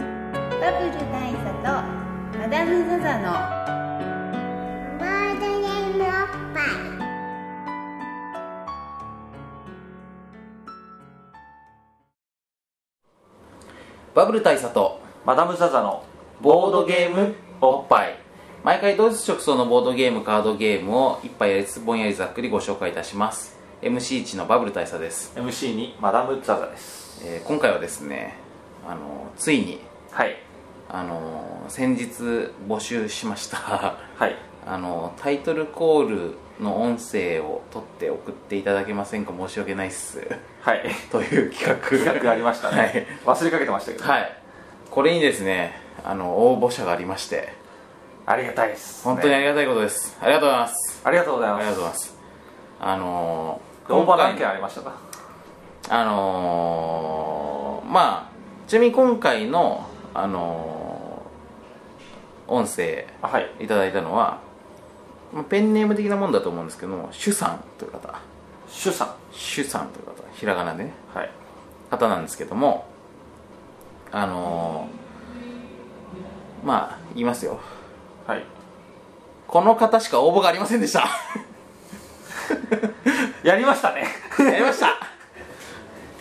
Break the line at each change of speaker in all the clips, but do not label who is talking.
バブル大佐とマダム・ザ・ザの
ボードゲームおっぱい
バブル大佐と
マダム・ザ・ザの
ボードゲームおっぱい毎回同日直送のボードゲームカードゲームを一杯やりつつぼんやりざっくりご紹介いたします MC1 のバブル大佐です、
MC にマダム・ザ・ザです
えー今回はですねあのついに
はい
あの先日募集しました
はい
あのタイトルコールの音声を取って送っていただけませんか申し訳ないっす
はい
という企画
企画ありましたね、
はい
忘れかけてましたけど、
はいこれにですねあの応募者がありまして
ありがたいです、
本当にありがたいことです、ありがとうございます
ありがとうござい
ありが
ま
とうございますあの
す応募何
今
件
回
ありましたか
あのーまあちなみに今回のあのー音声
あはい
いただいたのはまあペンネーム的なもんだと思うんですけども主さんという方
主さん
主さんという方ひらがなでね
はい
方なんですけどもあのーまあ言いますよ
はい
この方しか応募がありませんでした
やりましたね
やりました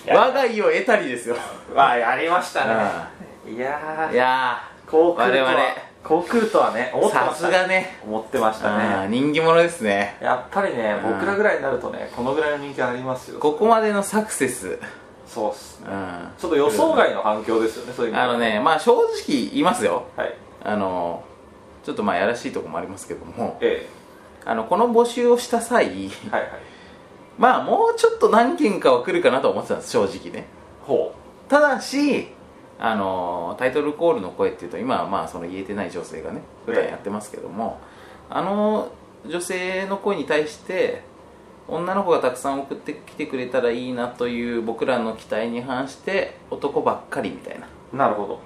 我が意を得たりですよ
まあやりました
あ
ねいや
あ
ー
いや
こう来るとは
我々
こう来るとはね
ー
思ってま
さ
し
す
た
がね
思ってました
あー
ね
人気者ですね
やっぱりね
うん
僕らぐらいになるとねこのぐらいの人気ありますよ
ここまでのサクセス、
そうっす
うん、あ
ちょっと予想外の反響ですよねそういう意味では
のねまあ正直言いますよ
はい
あのちょっとまあやらしいとこもありますけども
え
あのこの募集をした際
えはいはい
まあもうちょっと何件かは来るかなと思ってたんです正直ね
ほ
ただしあのタイトルコールの声っていうと今はまあその言えてない女性がね普段やってますけども、あの女性の声に対して女の子がたくさん送ってきてくれたらいいなという僕らの期待に反して男ばっかりみたいな
うなるほど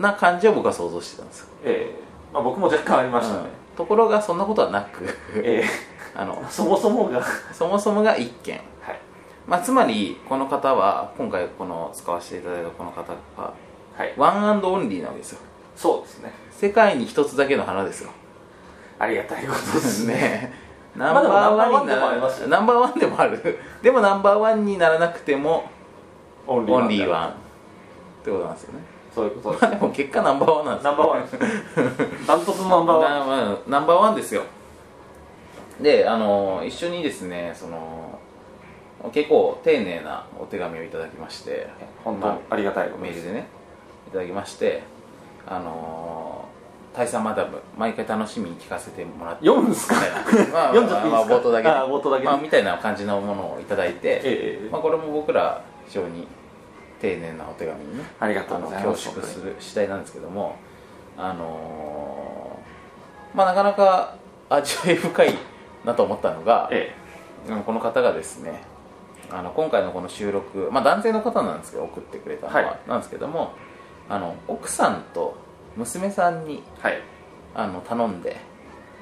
な感じを僕は想像してたんですよ、
ええまあ、僕も若干ありましたね、
うんところがそんなことはなく
え
あの
えそもそもがは
そもそもが1件
い
まあ、つまりこの方は今回この使わせていただいたこの方が
はい
ワンアンドオンリーなわけですよ
そうですね
世界に一つだけの花ですよ
ありがたいことで
ですす
ね
ね ナン
まあ
バ
で
ー
も
ワンにな
ナンバーワンでもあります
ら
よ
ナンバーワンでもある でもナンバーワンにならなくても
オン
オンリー
ワン
ワンってことなんですよね
そういうこと
まあ
で
でも結果ナンバーワンなんですすよ
ナンバーワンですね ダントツナンバーワン
ナンバーワンナンバーワンですよであの一緒にですねその結構丁寧なお手紙をいただきまして
本当にありがたいこと
メ
で
ール
す
でねいただきましてあのー、大佐マダム毎回楽しみに聞かせてもらって
読むんですか
みたいなまあ
読んじゃっていい
ま
で
あま
すか
あ冒頭だけね
あ冒頭だけね
まあ、みたいな感じのものをいただいて、
ええええ
まあ、これも僕ら非常に丁寧なお手紙にね
ありがとうございます
あの恐縮する次第なんですけどもあのー、まあなかなか味わい深いなと思ったのが、
え
うんこの方がですねあの今回のこの収録、まあ、男性の方なんですけど送ってくれたのは、
はい
なんですけどもあの奥さんと娘さんに
えはい
あの頼んで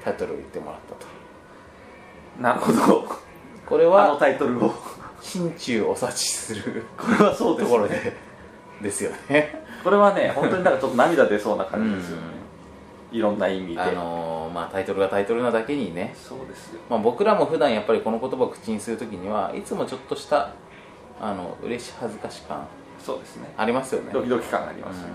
タイトルを言ってもらったと
なるほど
これ
あの
は
タイトルをこ
心中お察しする
れはそうで
と
す
ころ
ね
でですよね
これはね本当になんかちょっと涙出そうな感じですよねいろんな意味で
あのーまあタイトルがタイトルなだけにね、
そうですよ
まあ、僕らも普段やっぱりこの言葉を口にするときにはいつもちょっとしたあの嬉し恥ずかし感
そうですね
ありますよね
ドキドキ感ありますよね、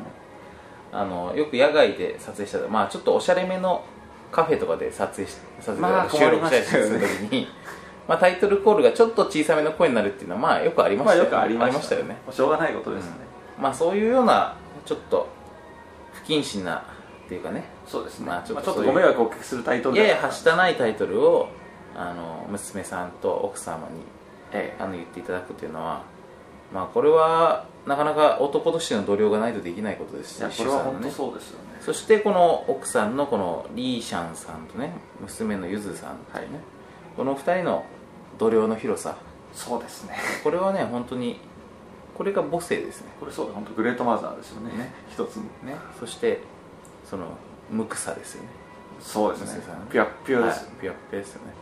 あのよく野外で撮影したまあちょっとおしゃれめのカフェとかで撮影し撮影
まあ
収録したりする
困り
とき
ました
に、まあ、タイトルコールがちょっと小さめの声になるっていうのはまあよくありま
ま
したよ
あよ
ね、
くありました
よね
もうしょうがないことですね、
まあそういうようなちょっと不謹慎なっていうかね
そうですね、
ま
ま
あ
あ、
ち
ち
ょ
ょ
っ
っ
と
と
そういう
ご迷惑をおかけするタイトル
や
で
やはしたないタイトルをあの娘さんと奥様に
ええ
あの言っていただくっていうのはまあこれはなかなか男としての度量がないとできないことです
いや
し
これは
主さんの
本当そうですよね
そしてこの奥さんのこのリーシャンさんとね娘のゆずさんとね、
はい
この二人の度量の広さ
そうですね
これはね本当にこれが母性ですね
これそうだ本当グレートマザーですよね
ね
一つの
ねそしてその無垢さですよね
そうですね
娘さん
ピュアピュアです、
はいピュアピュアですよね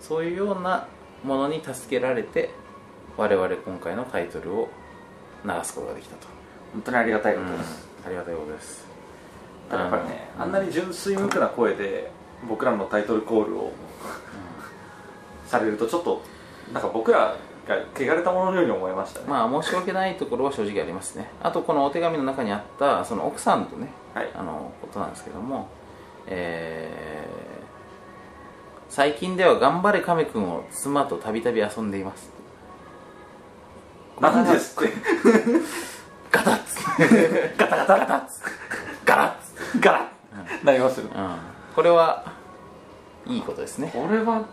そういうようなものに助けられて我々今回のタイトルを流すことができたと
本当にありがたいこ
う
と
ん
です、
ありがたいことです
だからやっぱりね、あんなに純粋無垢な声で僕らのタイトルコールをされるとちょっとなんか僕らが汚れたもののように思いましたね、
まあ申し訳ないところは正直ありますねあとこのお手紙の中にあったその奥さんとね
はい
あのことなんですけども、えー最近では頑張れ亀くんを妻とたびたび遊んでいます
なんですって
ガタッつってガタガタガタッつってガラッつって
ガラッなりますよ
うんこれはいいことですね
これは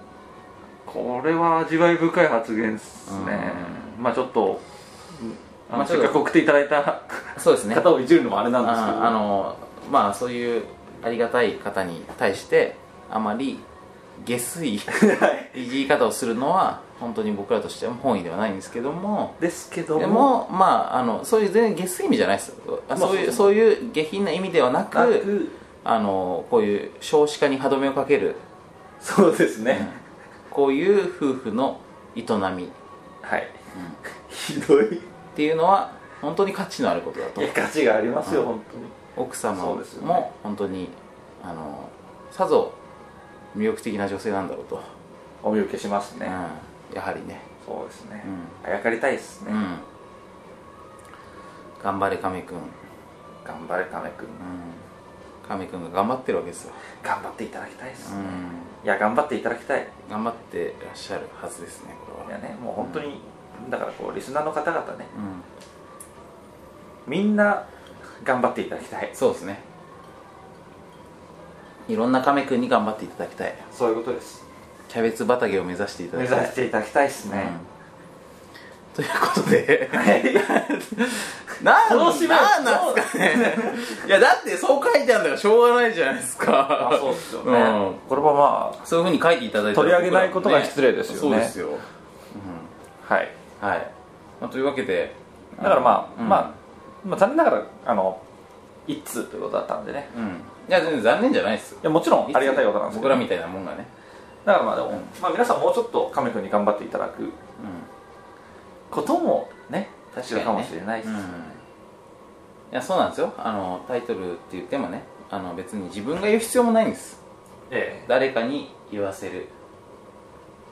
これは味わい深い発言ですね、まあちょっと
ま
あの
あちょっ
せっ
と
かく送っていただいた
そうですね
方をいじるのもあれなんですけど、
ああのまあそういうありがたい方に対してあまり下水いじり方をするのは本当に僕らとしても本意ではないんですけども
ですけども
でもまああのそういう全然下水意味じゃないですあ
あ
そういう
そ
そういう下品な意味ではなく
なく
あのこういう少子化に歯止めをかける
そうですね、
こういう夫婦の営みっ
はい、ひどい
ていうのは本当に価値のあることだと
いや価値がありますよ、本当に
奥様
そうですよね
も本当に、あのさぞ魅力的な女性なんだろうと、
お見受けしますね、
うん、やはりね、
そうですね、
う
あやかりたいですね、
うん、頑張れ亀くん、うん、
頑張れ亀くん
亀くんが頑張ってるわけですよ、
頑張っていただきたいです、
う
い
ん、
や頑張っていただきたい
頑張ってらっしゃるはずですねこれ
いや
は、
ねもう本当に、だからこうリスナーの方々ね
うん、
みんな頑張っていただきたい
そうですねいろんな亀くんに頑張っていただきたい
そういうことです
キャベツ畑を目指していた
目
だき
指
たい
していただきたいですね、
ということで
こ
何
の締め
なんなんですかねいやだってそう書いてあるんだからしょうがないじゃないですか
あそうですよね、
うん
これはま
そういうふうに書いていただいて
取り上げないことが失礼ですよね
そうですよ
あはい
はい、まあ、というわけで
だからまあ、
うん
まあ、まあ残念ながらあの一通ということだったんでね
うんいや全然残念じゃないですよ
いやもちろんありがたいことなんです
僕
けど
らみたいなもんがね
だからまあでも、まあ、皆さんもうちょっと亀くんに頑張っていただくこともね
確
必
かにね
要かもしれないです、
うんいやそうなんですよあのタイトルって言ってもねあの別に自分が言う必要もないんです
え
誰かに言わせる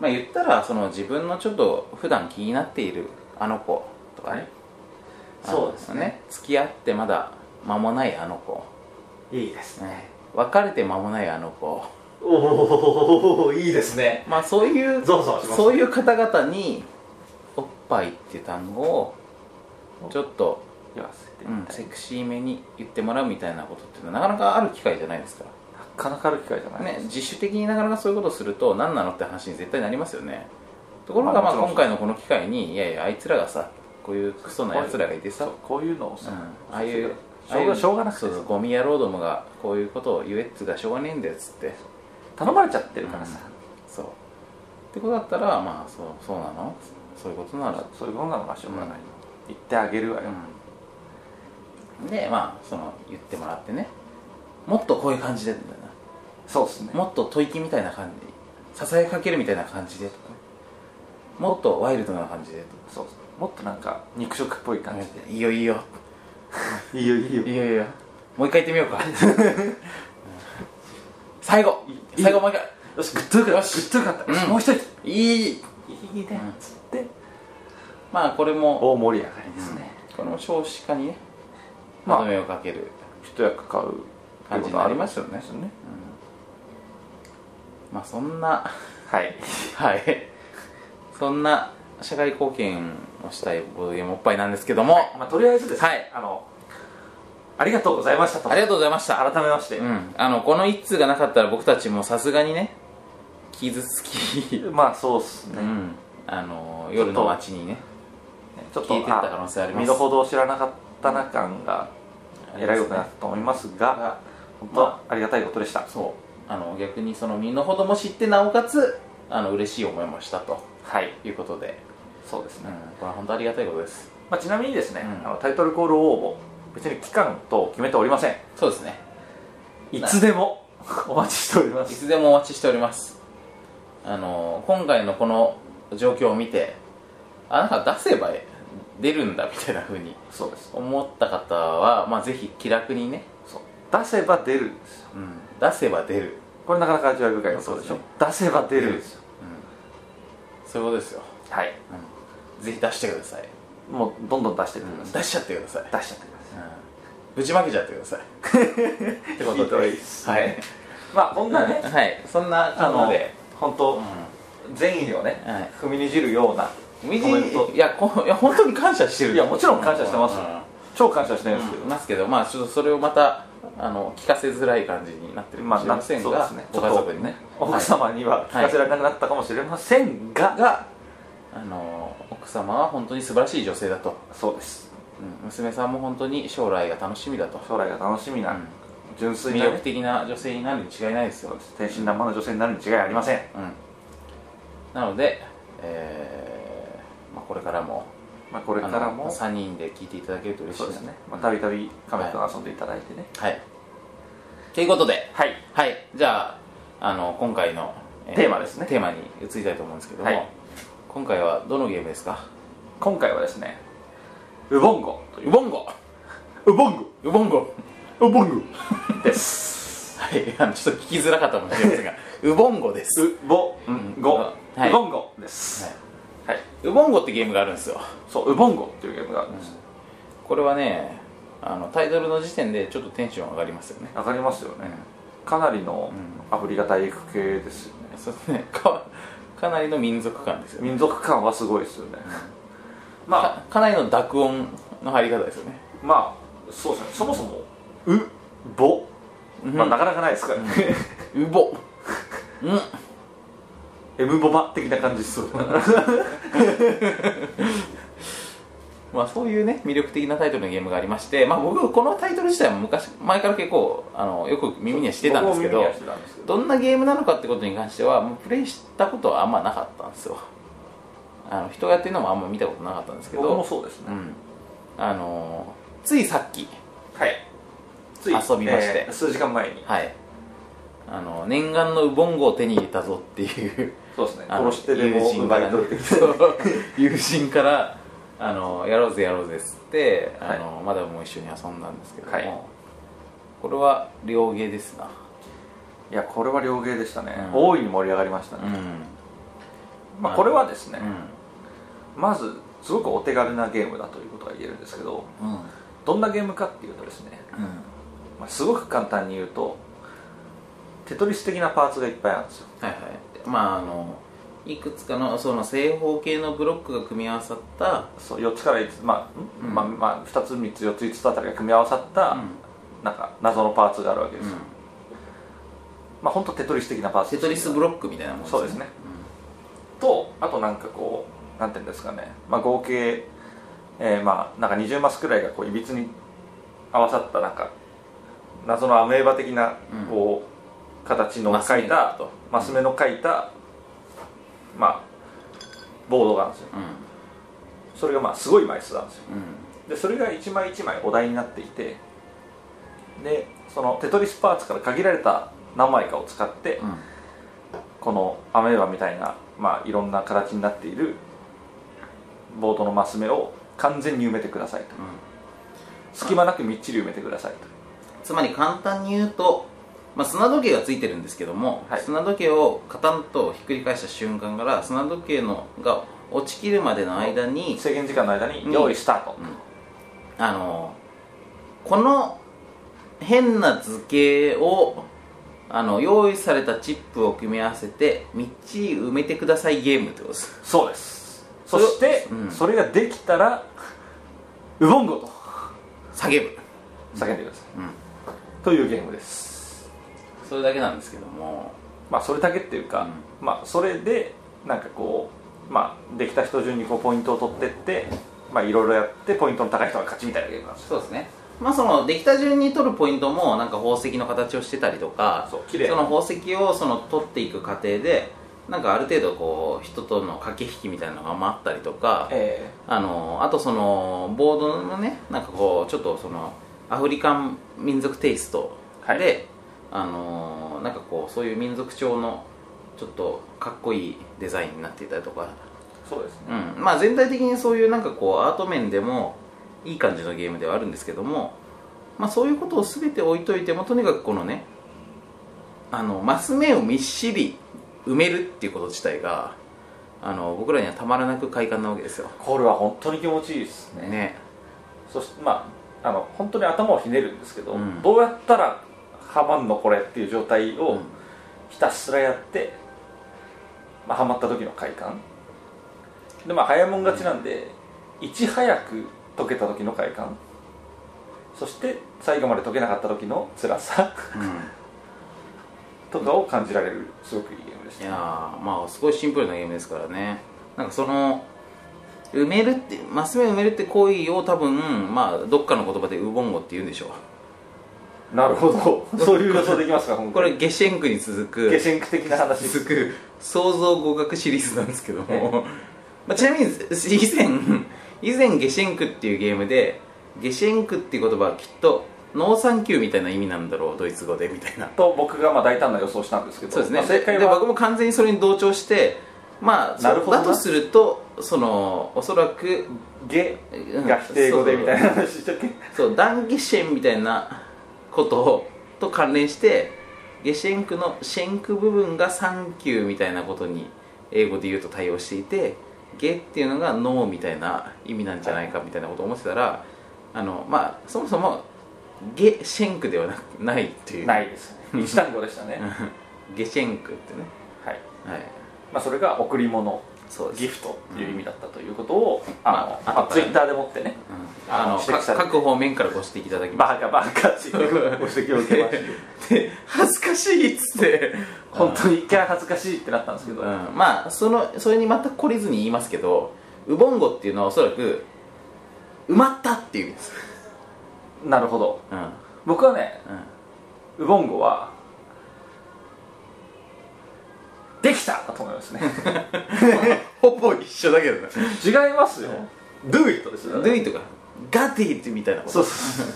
まあ言ったらその自分のちょっと普段気になっているあの子とかね
えそうですね
あの付き合ってまだ間もないあの子、
いいです
ね別れて間もないあの子
おおいいですね
まあそういう
ゾワゾワします
そういう方々におっぱいっていう単語をちょっと、
言わせていた
う
だ
ん
い、て
セクシーめに言ってもらうみたいなことっていうのはなかなかある機会じゃないですか
なかなかある機会じゃな
ら
い
ね
です、
自主的になかなかそういうことをすると何なのって話に絶対なりますよねところが
ま
ま
あ
あ
もちろん
今回のこの機会にいやいやあいつらがさこういうクソなやつらがいてさ
そうこういうのを
う
さ、
んああいう
しょうがしょうがなくて
そうそうゴミ野郎どもがこういうことを言えっつうかしょうがねえんだよっつって
頼まれちゃってるからさ、
そうってことだったらまあそうそうなのそういうことなら
そういうものなのはしょうがない、言ってあげるわよ、
うん、でまあその言ってもらってねもっとこういう感じでみたい
そうですね
なもっと吐息みたいな感じささやかけるみたいな感じでとかねもっとワイルドな感じでとか
そうっすもっとなんか肉食っぽい感じ
いいよいいよ
でいいよいいよ
いいよいいよもう一回言ってみようかうん最後最後もう一回
よしグッとよかったグッとよかった、よしもう一人
いい
いいねっつって
まあこれも
大盛り上がりですね、
この少子化にね
まあ
歯止めをかける
一役買う
感じになりますよね
ですね
まあそんな
はい
はい。 そんな社会貢献をしたいボードゲームおっぱいなんですけども、
まあとりあえずですね、
はい
あのありがとうございましたと
ありがとうございました。
改めまして
う、ん。あの、この一通がなかったら僕たちもさすがにね、傷つ き、
まあそうっすね、
うん。あの、夜の街にね、
ちょっ
消え
と
てった可能性あります
身の程を知らなかったな感がえらいことになったと思いますが本当、ありがたいことでした
そう。あの、逆にその身の程も知って、なおかつ、あの、嬉しい思いもしたと
はい
いうことで、
そうです
う
ね、
ん。これは本当ありがたいことです。
まあ、ちなみにですね、
うん
あのタイトルコール応募別に期間と決めておりません
そうですね。
いつでも お待ちしておりま
い
す
つでもお待ちしておりますあの今回のこの状況を見てあなんか出せば出るんだみたいな風に
そうです
思った方はまあぜひ気楽にね
そう出せば出るんですよ
うん、出せば出る、
これなかなか味わい深いことでしょ
そう
出せば出るんですよ
そういうことですよ、
はい
うん、ぜひ出してください、
もうどんどん出してってください、
出しちゃってください、
出しちゃってください
うん、ぶちまけちゃってく ださいってこと
ひど
で
いっす
はい、
まあこんなね
はい、そんな
あ
の
の
で
本当、
う
善意をね、
はい
踏みにじるようなコ
ん
メ
み
ン
じん
ト
いやこいや本当に感謝してる
いやもちろん感謝してますよ、
うん
超感謝してるんですけど、
ますけど、まあ、ちょっとそれをまたあの聞かせづらい感じになってるかもしれませんが、
なそうですね
ご家族にね
ちょっと奥様には聞かせられなくなったかもしれませんが、
があの奥様は本当に素晴らしい女性だと、
そうです
うん娘さんも本当に将来が楽しみだと、
将来が楽しみな、
うん
純粋
魅
なね、
力的な女性になるに違いないです
そう
よ
で、す天真爛漫な女性になるに違いありません
うん、なので、えーまあ、これからも
まあ、これか
あ
ら
の
も
3人で聞いていただけると嬉しい
そう
で
ですす
ね
ねまあたびたび亀と遊んでいただいてね
はいということで
はい
はいじゃああの今回の、え
テーマですね
テーマに移りたいと思うんですけども、
はい
今回はどのゲームですか
今回はですねウボンゴという
ウボンゴ
ウボンゴ
ウボンゴ
ウボンゴです
はいあのちょっと聞きづらかったかもしれませんがウボンゴです、は
ウボンゴ、
はい
ウボンゴですはい、
い、ウボンゴってゲームがあるんですよ
そうウボンゴっていうゲームがあるんです、
これはねあのタイトルの時点でちょっとテンション上がりますよね、
わかりますよね、かなりのアフリカ大陸系ですよね
そうですね かかなりの民族感ですよね
民族感はすごいですよね、まあ
かかなりの濁音の入り方ですよね
まあそうですねそもそも「う」「ぼ」まあなかなかないですからね
ウボうん
「 エムボバ」的な感じですよね
まあそういうね魅力的なタイトルのゲームがありましてまあ僕このタイトル自体は昔前から結構あのよく耳にはしてたんですけ
僕
ど
も耳にはしてたんですけど
どんなゲームなのかってことに関してはもうプレイしたことはあんまなかったんですよあの人がやってるのもあんま見たことなかったんですけど
僕もそうですね、
んあのーついさっき
はいつ
遊びまして
えー数時間前に
はいあの念願のウボンゴを手に入れたぞっていう
そうですね
あの
殺してでも
友人か
奪い
らね
取る的な
そう友人からあのやろうぜやろうぜっつって、
はい
あのまだもう一緒に遊んだんですけども、
はい
これは両芸ですない
やこれは両芸でしたね、
うん
大いに盛り上がりました
う
ね、
ん
まあ、これはですね、
う
まずすごくお手軽なゲームだということが言えるんですけど
んうん
どんなゲームかっていうとですね、まあ、すごく簡単に言うとテトリス的なパーツがいっぱいあるんですよ
はいはいまああのいくつかのその正方形のブロックが組み合わさった
そう4つから5つ、まあ
うん
まあまあ、2つ3つ4つ5つあたりが組み合わさった、
ん
なんか謎のパーツがあるわけです
うん
よ、まあ本当テトリス的なパーツ
テトリスブロックみたいなもん
そうですねとあとなんかこうなんていうんですかね、まあ、合計、えーまあなんか20マスくらいがこういびつに合わさったなんか謎のアメーバ的な
うん
こう、形の
マス目
描い
だ
た
と
マス目の描いた、まあボードがあるんですよ
うん
それがまあすごい枚数なんですよ
うん
でそれが一枚一枚お題になっていてでそのテトリスパーツから限られた何枚かを使って、
うん
このアメーバみたいな、まあ、いろんな形になっているボードのマス目を完全に埋めてくださいと、隙間なくみっちり埋めてください
つまり簡単に言うと、まあ、砂時計がついてるんですけども、
はい
砂時計をカタンとひっくり返した瞬間から砂時計のが落ちきるまでの間に
と、制限時間の間に
うん
用意スタート、
あのこの変な図形をあの用意されたチップを組み合わせてみっちり埋めてくださいゲームってことです
そうですそして、
うん
それができたらウボンゴと
下げる
叫んでください、
うん
というゲームです
それだけなんですけども
まあそれだけっていうか、まあそれでなんかこうまあできた人順にこうポイントを取ってってまあいろいろやってポイントの高い人が勝ちみたいなゲームなんですよ
そうですねまあそのできた順に取るポイントもなんか宝石の形をしてたりとか
そう綺麗
その宝石をその取っていく過程でなんかある程度こう人との駆け引きみたいなのがまああったりとか、
え
あのあとそのボードのねなんかこうちょっとそのアフリカン民族テイストで、
はい
あのなんかこうそういう民族調のちょっとかっこいいデザインになっていたりとか
ーそうですね
うん、まあ全体的にそういうなんかこうアート面でもいい感じのゲームではあるんですけどもまあ、そういうことを全て置いといてもとにかくこのねあのマス目をみっしり埋めるっていうこと自体があの僕らにはたまらなく快感なわけですよ
これは本当に気持ちいいですね
ね
そしてまああの本当に頭をひねるんですけど、
うん
どうやったらはまんのこれっていう状態
う
を
ん
ひたすらやって、まあ、はまった時の快感でまあ早いもん勝ちなんで、いち早く解けた時の快感そして最後まで解けなかった時の辛さ
うん
とかを感じられるすごくいいゲームでし
い
た
やーまあすごいシンプルなゲームですからねなんかその埋めるってマス目を埋めるって行為を多分まあどっかの言葉でウボンゴって言うんでしょ
なる ほどそういう予想できますか
う
本
こ
当
れ
に
ゲシェンクに続く
ゲシェンク的な話
続く創造語学シリーズなんですけども、まあ、ちなみに以前以前ゲシェンクっていうゲームでゲシェンクっていう言葉はきっとノーサンキューみたいな意味なんだろうドイツ語でみたいな
と僕がまあ大胆な予想したんですけど
そうですね、
まあ正解
で
は
僕も完全にそれに同調してまあ
なるほど
だ
な
とするとそのおそらく
ゲ
うん
が否定語
そうそう
でみたいな話しちゃって
そうダンゲシェンみたいなことをと関連してゲシェンクのシェンク部分がサンキューみたいなことに英語で言うと対応していてゲっていうのがノーみたいな意味なんじゃないかみたいなことを思ってたらあのまあそもそもゲシェンクではなくないっていう
ないですね一単語でしたね
ゲシェンクってね
はい
はい
まあそれが贈り物
そうです
ギフトっていう意味だったということを
ま
あ
あ
のま
後
あ
か
ツ
ら
イッターでもってね
うんあの
指摘
か
されて
各方面からご指摘いただきまし
バカバカっていう ご指摘を受けまして
た で恥ずかしいっつって
本当に一回恥ずかしいってなったんですけど
う
は
ん、まあそのそれに全く懲りずに言いますけどウボンゴっていうのはおそらく埋まったっていう意味です
なるほど
うんうん
僕はねウボンゴはできたと思います ね
ほぼ一緒だけどね
違いますよ Do it ですよね
ルイとかガティってみたいなこと
そうそうそう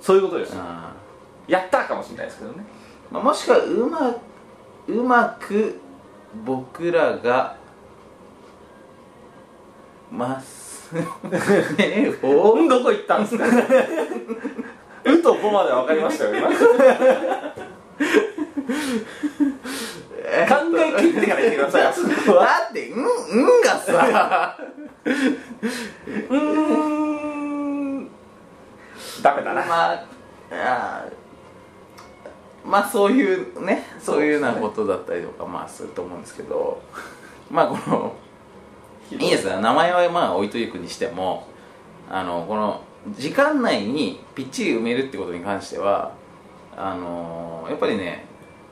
そういうことです
うん
よ
ま
やったーかもしれないですけどね
あ、もしくはうまうまく僕らがます 目を
どこ行ったんですかうとぼまで分かりましたよ今考え切ってから言ってく ださいよ
だって「うん」うんがさ
うーんダメだ
ま
な
ああーまあそういうねそういうようなことだったりとかまあすると思うんですけどまあこのいいですね名前はまあ置いといくにしてもあのこの時間内にぴっちり埋めるってことに関してはあのーやっぱりね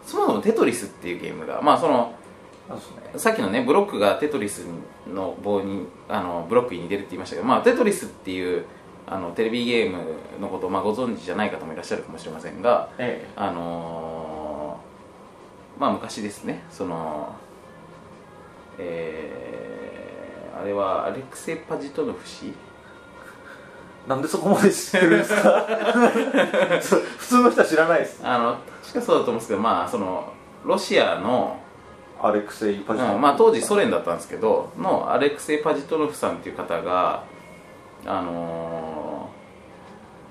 そもそも「テトリス」っていうゲームがまあその
そうですね
さっきのねブロックがテトリスの棒にあのブロックに似てるって言いましたけど、まあ、テトリスっていうあのテレビゲームのことを、まあ、ご存知じゃない方もいらっしゃるかもしれませんが、
え
あのーまあ昔ですねそのえーあれはアレクセイ・パジトノフ氏
えなんでそこまで知ってるんですかそう普通の人は知らないです
あの確かそうだと思うんですけどまあそのロシアの
アレクセイ・パジ
うんまあ、当時ソ連だったんですけどのアレクセイ・パジトノフさんっていう方が、あのー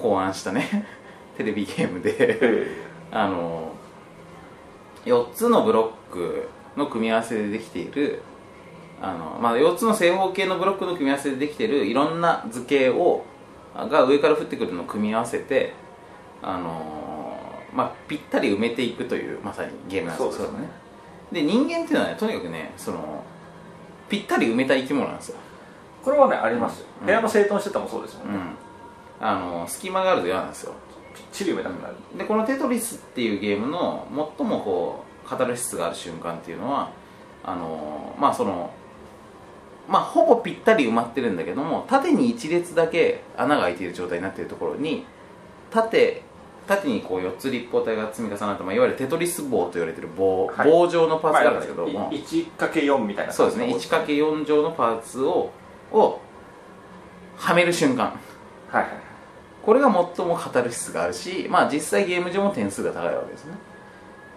考案したね テレビゲームで、
え
あのー、4つのブロックの組み合わせでできている、あのまあ、4つの正方形のブロックの組み合わせでできているいろんな図形をが上から降ってくるのを組み合わせて、あのーまあ、ぴったり埋めていくというまさにゲームなんですけ
そ
ど
うですね
ね。で人間っていうのはねとにかくねそのぴったり埋めたい生き物なんですよ、
えこれはねありますよ
うん
部屋の整頓してたもそうですも
うん
ね
ん、あの隙間があると嫌なんですよ
きっちり埋めたくなる
でこの「テトリス」っていうゲームの最もこうカタルシスがある瞬間っていうのはあのまあそのまあほぼぴったり埋まってるんだけども縦に1列だけ穴が開いている状態になっているところに縦縦にこう4つ立方体が積み重なった、まあ、いわゆるテトリス棒と言われてる棒、
はい
棒状のパーツがあるん
ま
ですけども、
い 1×4 みたいな
そうですね 1×4 乗のパーツををはめる瞬間
はいはい
これが最もカタルシスがあるしまあ実際ゲーム上も点数が高いわけですね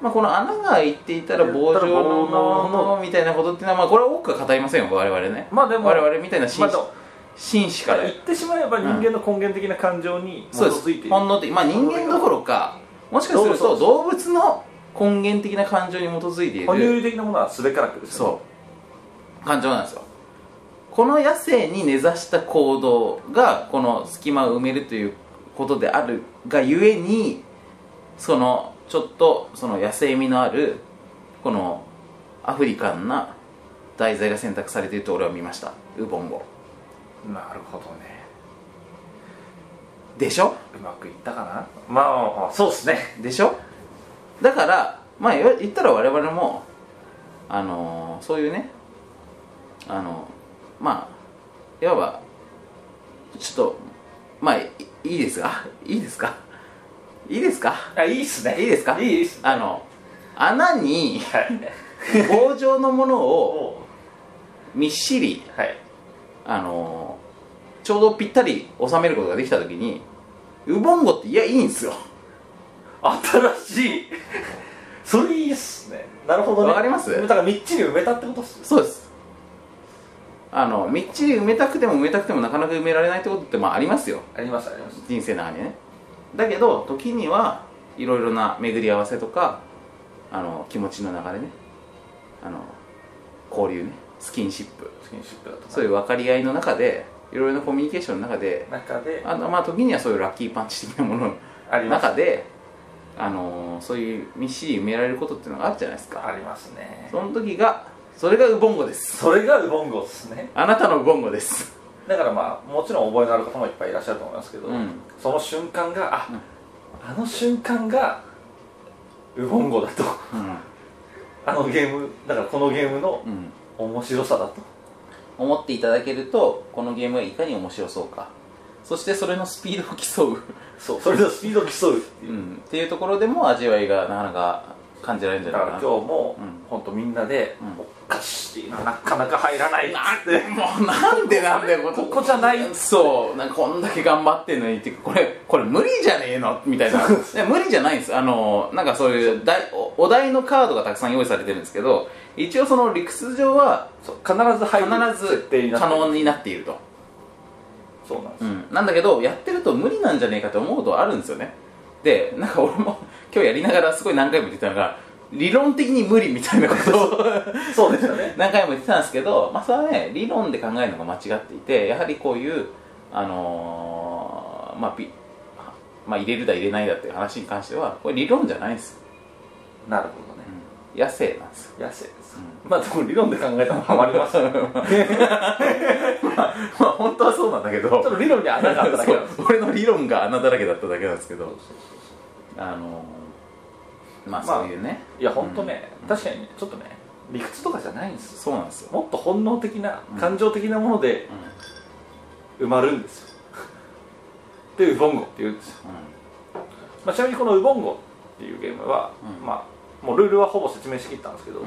まあこの穴が開いていたら棒状のものみたいなことっていうのはまあこれは多くは語りませんよ我々ね
まあでも
我々みたいな紳
まあ
士
でも
紳士から
言ってしまえば人間の根源的な感情に基
そう
づい
で
て
す
いる
本能的まあ人間どころかもしかする
そ
と
うそ
動物の根源的な感情に基づいてい
哺乳
る
類的なものはすべからくですよね
そう感情なんですよこの野生に根ざした行動がこの隙間を埋めるということであるがゆえにそのちょっとその野生味のあるこのアフリカンな題材が選択されていると俺は見ましたウボンゴ
なるほどね
でしょ
うまくいったかなまあまあまあそうですね
でしょだからまあよ言ったら我々もあのーそういうねあのまあいわばちょっとまあいいいですか いいですかいいですか
あいいっすね
いいですか
いいっす
あの穴に棒状のものを
お
みっしり
はい
あのーちょうどぴったり収めることができた時にウボンゴっていやいいんですよ
新しいそれいいっすねなるほどね
わかります
だからみっちり埋めたってことっす
そうですあのみっちり埋めたくても埋めたくてもなかなか埋められないってことってまあありますよ
ありますあります
人生の中にねだけど時にはいろいろな巡り合わせとかあの気持ちの流れねあの交流ねスキンシップ
スキンシップだと
そういう分かり合いの中でいろいろなコミュニケーションの中で
中で
あのまあ時にはそういうラッキーパンチ的なもの
あ
の
ります
中であのそういうみっしり埋められることっていうのがあるじゃないですか
ありますね
その時がそれがウボンゴです
それがウボンゴっすね
あなたのウボンゴです
だからまあもちろん覚えのある方もいっぱいいらっしゃると思いますけど、
うん
その瞬間があ、あの瞬間がウボンゴだと
う
あのゲームだからこのゲームの
んうん、
面白さだと
思っていただけるとこのゲームがいかに面白そうかそしてそれのスピードを競う、
そうそれでスピードを競うっていうう、
ん、っていうところでも味わいがなかなか感じられるんじゃな
だ
い
か
からな
今日も
うん
本当、みんなで、
うん
おかしいななかなか入らないっつって
もうなんでなんだよ
ここじゃないっつ
そうなんかこんだけ頑張ってんのにっていうかこれこれ無理じゃねえのみたいないや無理じゃないんですあのなんかそういうだいおお題のカードがたくさん用意されてるんですけど一応その理屈上は
そう必ず入る
必ず
設定になって
可
る
能になっていると
そうなんです、
うん、なんだけどやってると無理なんじゃねえかって思うことあるんですよねでなんか俺も 今日やりながらすごい何回も言ってたのが理論的に無理みたいなことを
そうですよね
何回も言ってたんですけど、まあ、それはね理論で考えるのが間違っていてやはりこういうあのーまあ、びまあ入れるだ入れないだっていう話に関してはこれ理論じゃないんですよ
なるほどね、
野生なんですよ
野生です、まあでも理論で考えたらハマり ます よ
まあ本当はそうなんだけど
ちょっと理論に穴があっただけなんで す
そう俺の理論が穴だらけだっただけなんですけどあのーまあ
まあ
そういうね、
いや本当ね、確かにねちょっとね理屈とかじゃないんです
そ
よ
うなんですよ、
もっと本能的な感情的なもので
うん
埋まるんですよ でウボンゴっていうんですよ、
う
まあ、ちなみにこのウボンゴっていうゲームは、
うん
まあもうルールはほぼ説明しきったんですけど、
んうん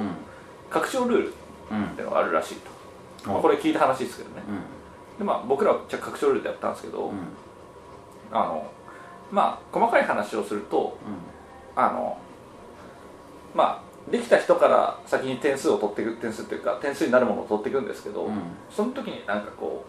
拡張ルールっ
うん
ていうのがあるらしいと、まあ
お
これ聞いた話ですけどね
うん
でまあ僕らはじゃあ拡張ルールでやったんですけど、
うん
あのまあ細かい話をするとあのまあできた人から先に点数を取っていく点数というか点数になるものを取っていくんですけど、
うん
その時になんかこ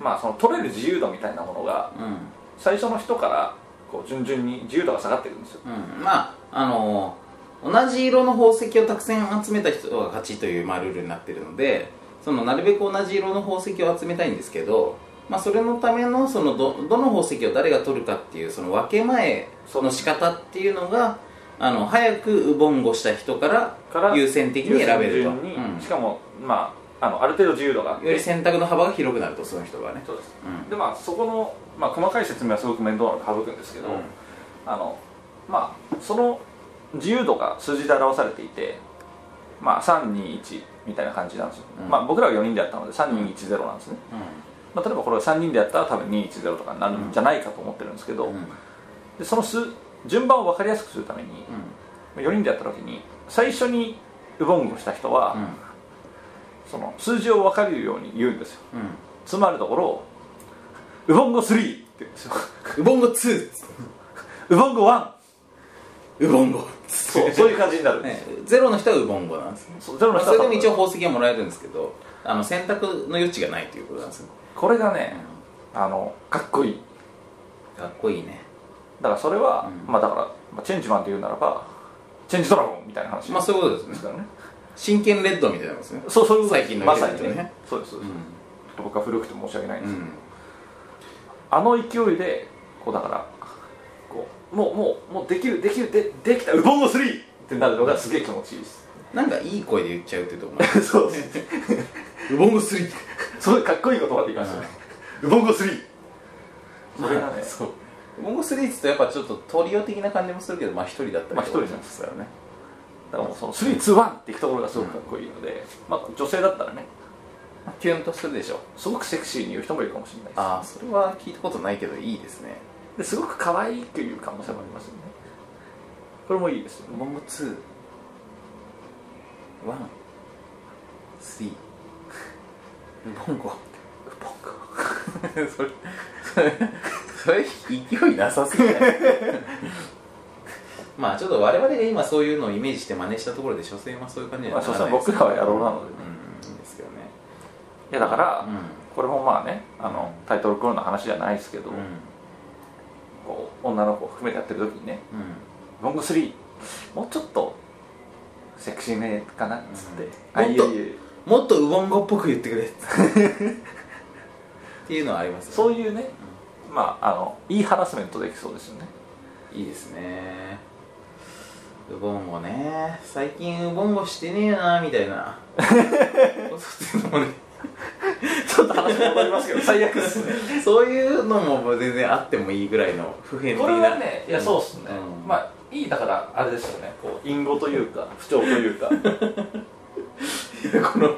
うまあその取れる自由度みたいなものが
うん
最初の人からこう順々に自由度が下がっていくんですよ
うんまああのー同じ色の宝石をたくさん集めた人が勝ちという、まあ、ルールになってるのでそのなるべく同じ色の宝石を集めたいんですけど、まあ、それのためのそのどどの宝石を誰が取るかっていうその分け前の仕方っていうのがあの早くウボンゴした人か
から
ら優先的に選べると、
優先順に
うん
しかもまああのある程度自由度があって
より選択の幅が広くなるとその人がね
そうです
うん
でまあそこの、まあ、細かい説明はすごく面倒なので省くんですけど、
うん
あのまあその自由度が数字で表されていてまあ321みたいな感じなんですよ、
うん
まあ僕らは4人でやったので3210なんですね、まあ、例えばこれを3人でやったら多分210とかになるんじゃないかと思ってるんですけ
う
ど、
んうん
でその数順番を分かりやすくするために、4人でやった時に最初にウボンゴした人は、
うん
その数字を分かるように言うんですよ
うん
つまるところウボンゴ3って言うんですよ
ウボンゴ2
ウボンゴ1
ウボンゴ
そうそういう感じになるんで す
ね、ゼロの人はウボンゴなんですね
そうゼロの人
そ
は
れでも一応宝石はもらえるんですけどあの選択の余地がないということなんですね
これがねあのかっこいい
かっこいいね
だからそれは、
うん
まあだから、まあ、チェンジマンで言うならばチェンジドラゴンみたいな話
まあそういうことです
で
ね
すからね
真剣レッドみたいなもんですね
そうそういうことです
最近の
まさに
ゲーム
ね
ね
そうですそう
う
です、
ん
ちょっと僕は古くて申し訳ないん
う
ですけど、
ん
あの勢いでこうだからこうもうもうもうできるできるでできたうぼんの3ってなるのがすげえ気持ちいいです
なんかいい声で言っちゃうってと思
そうです
うウボンゴ3
すごいかっこいい言葉で言いましたねうぼんご3それがね、そう
ウボンゴ3って言うとやっぱちょっとトリオ的な感じもするけどまあ一人だったり
まあ一人なん
ですからね
だからもうその321っていくところがすごくかっこいいので、まあ、女性だったらね
まあキュンとするでしょ
すごくセクシーに言う人もいるかもしれないです
ああそれは聞いたことないけどいいですね
ですごく可愛いっていう可能性もありますよねこれもいいですよ
ウ
ね
ボンゴ2 1 3ウボンゴそれそれそれ勢いなさすぎないまあちょっと我々が今そういうのをイメージして真似したところで所詮はそういう感じに
ま
は
あ、
な
そ
ら
う
ない
そう僕らは野郎なのでね、
うんいいですよね
いやだから、
う
これもまあねあのタイトルコールの話じゃないですけど、
ん
こう女の子を含めてやってる時にね
うん
「ロング3もうちょっとセクシーめかな」っつって
うん
「あいえい
もっとも
え
っとウボンゴっぽく言ってくれっていうのはあります
そういうね、まああのいいハラスメントできそうですよね
いいですねウボンゴね最近ウボンゴしてねえなみたいなそういうのもね
ちょっと話戻りますけど最悪です ね
そういうのも全然あってもいいぐらいの普遍的
こ
な
れはねいやそうっすね、
うん
まあいいだからあれですよねこう隠語というか不調という か
このね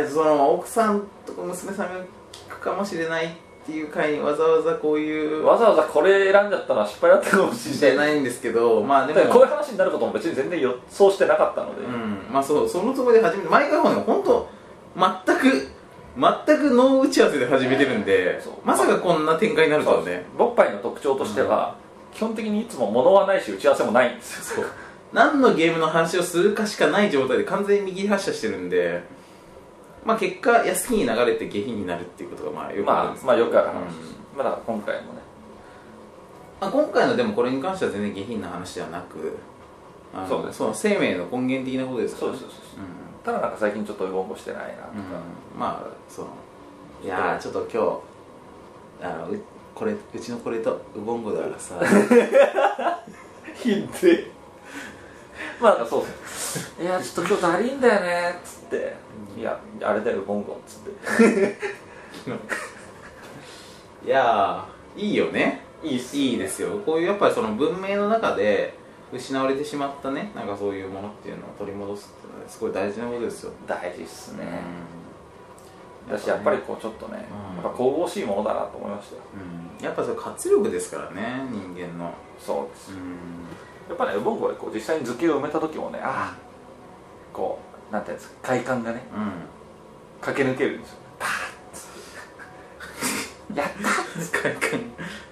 えその奥さんとか娘さんが聞くかもしれないっていう回にわざわざこういう
わざわざこれ選んじゃったのは失敗だったかもし
し
れ
て
ない
ないんですけどまあで
だから
も
こういう話になることも別に全然予想してなかったので、
うん、まあそうそのつもりで始めて毎回もね本当全く全くノー打ち合わせで始めてるんで
そう
まさかこんな展開になるとはね
ボッパイの特徴としては、基本的にいつも物はないし打ち合わせもないんですよ
何のゲームの話をするかしかない状態で完全に右発射してるんでまあ結果安きに流れて下品になるっていうことがまあよくあるん
ま
ですけど
あまあよくある
うん
話です、まあだから今回もね
まあ、今回のでもこれに関しては全然下品な話ではなくあの
そうです
の生命の根源的なことですからね
そう
うん
ただなんか最近ちょっと動こしてないなとか、
うんまあそのいやーちょっと今日あのうこれうちのこれとウボンゴだから さ
ひでえ まあなんかそうですねいやちょっと今日だりいんだよねっつって、いやあれだよボンゴンっつって
いやーいいよね
いいっす
いいですよこういうやっぱりその文明の中で失われてしまったねなんかそういうものっていうのを取り戻すっていうのはすごい大事なことですよ、
大事っすね、
うん
私やっぱりこうちょっとね、
うん
やっぱ神々しいものだなと思いましたよ
うんやっぱそれ活力ですからね人間の
そうです
うん
やっぱねウボンゴでこう実際に図形を埋めた時もねああこうなんていうんですか快感がね
うん
駆け抜けるんですよパーッつってや った
快感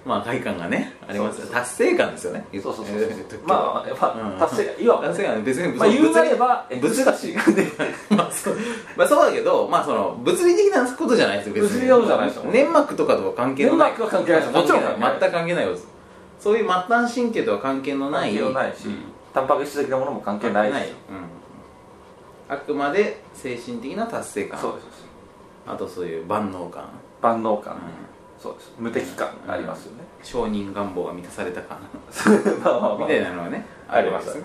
まあ快感がねありますよ達成感ですよね
そうそうそう
言っとくけど
まあやっぱ
うん
達成感いわばね
達成感別に
まあ言うなれ
ば
ば
物理
難しい感じ
まあそうまあそうだけどまあその物理的なことじゃないですよ別に
物理用じゃないですよ
粘膜とかとは関係のない
粘膜は関係ないですよもちろん関係ない
全く関係ないことですそういう末端神経とは関係のない
関係ないし
うん
タンパク質的なものも関係ない
う
し
んあくまで精神的な達成感
そうですそうです
あとそういう万能感、
万能
う
感
ん
そうです無敵感ありますよね
承認願望が満たされた感
まあまあ
み
まあ
たいなのはね
ありましたね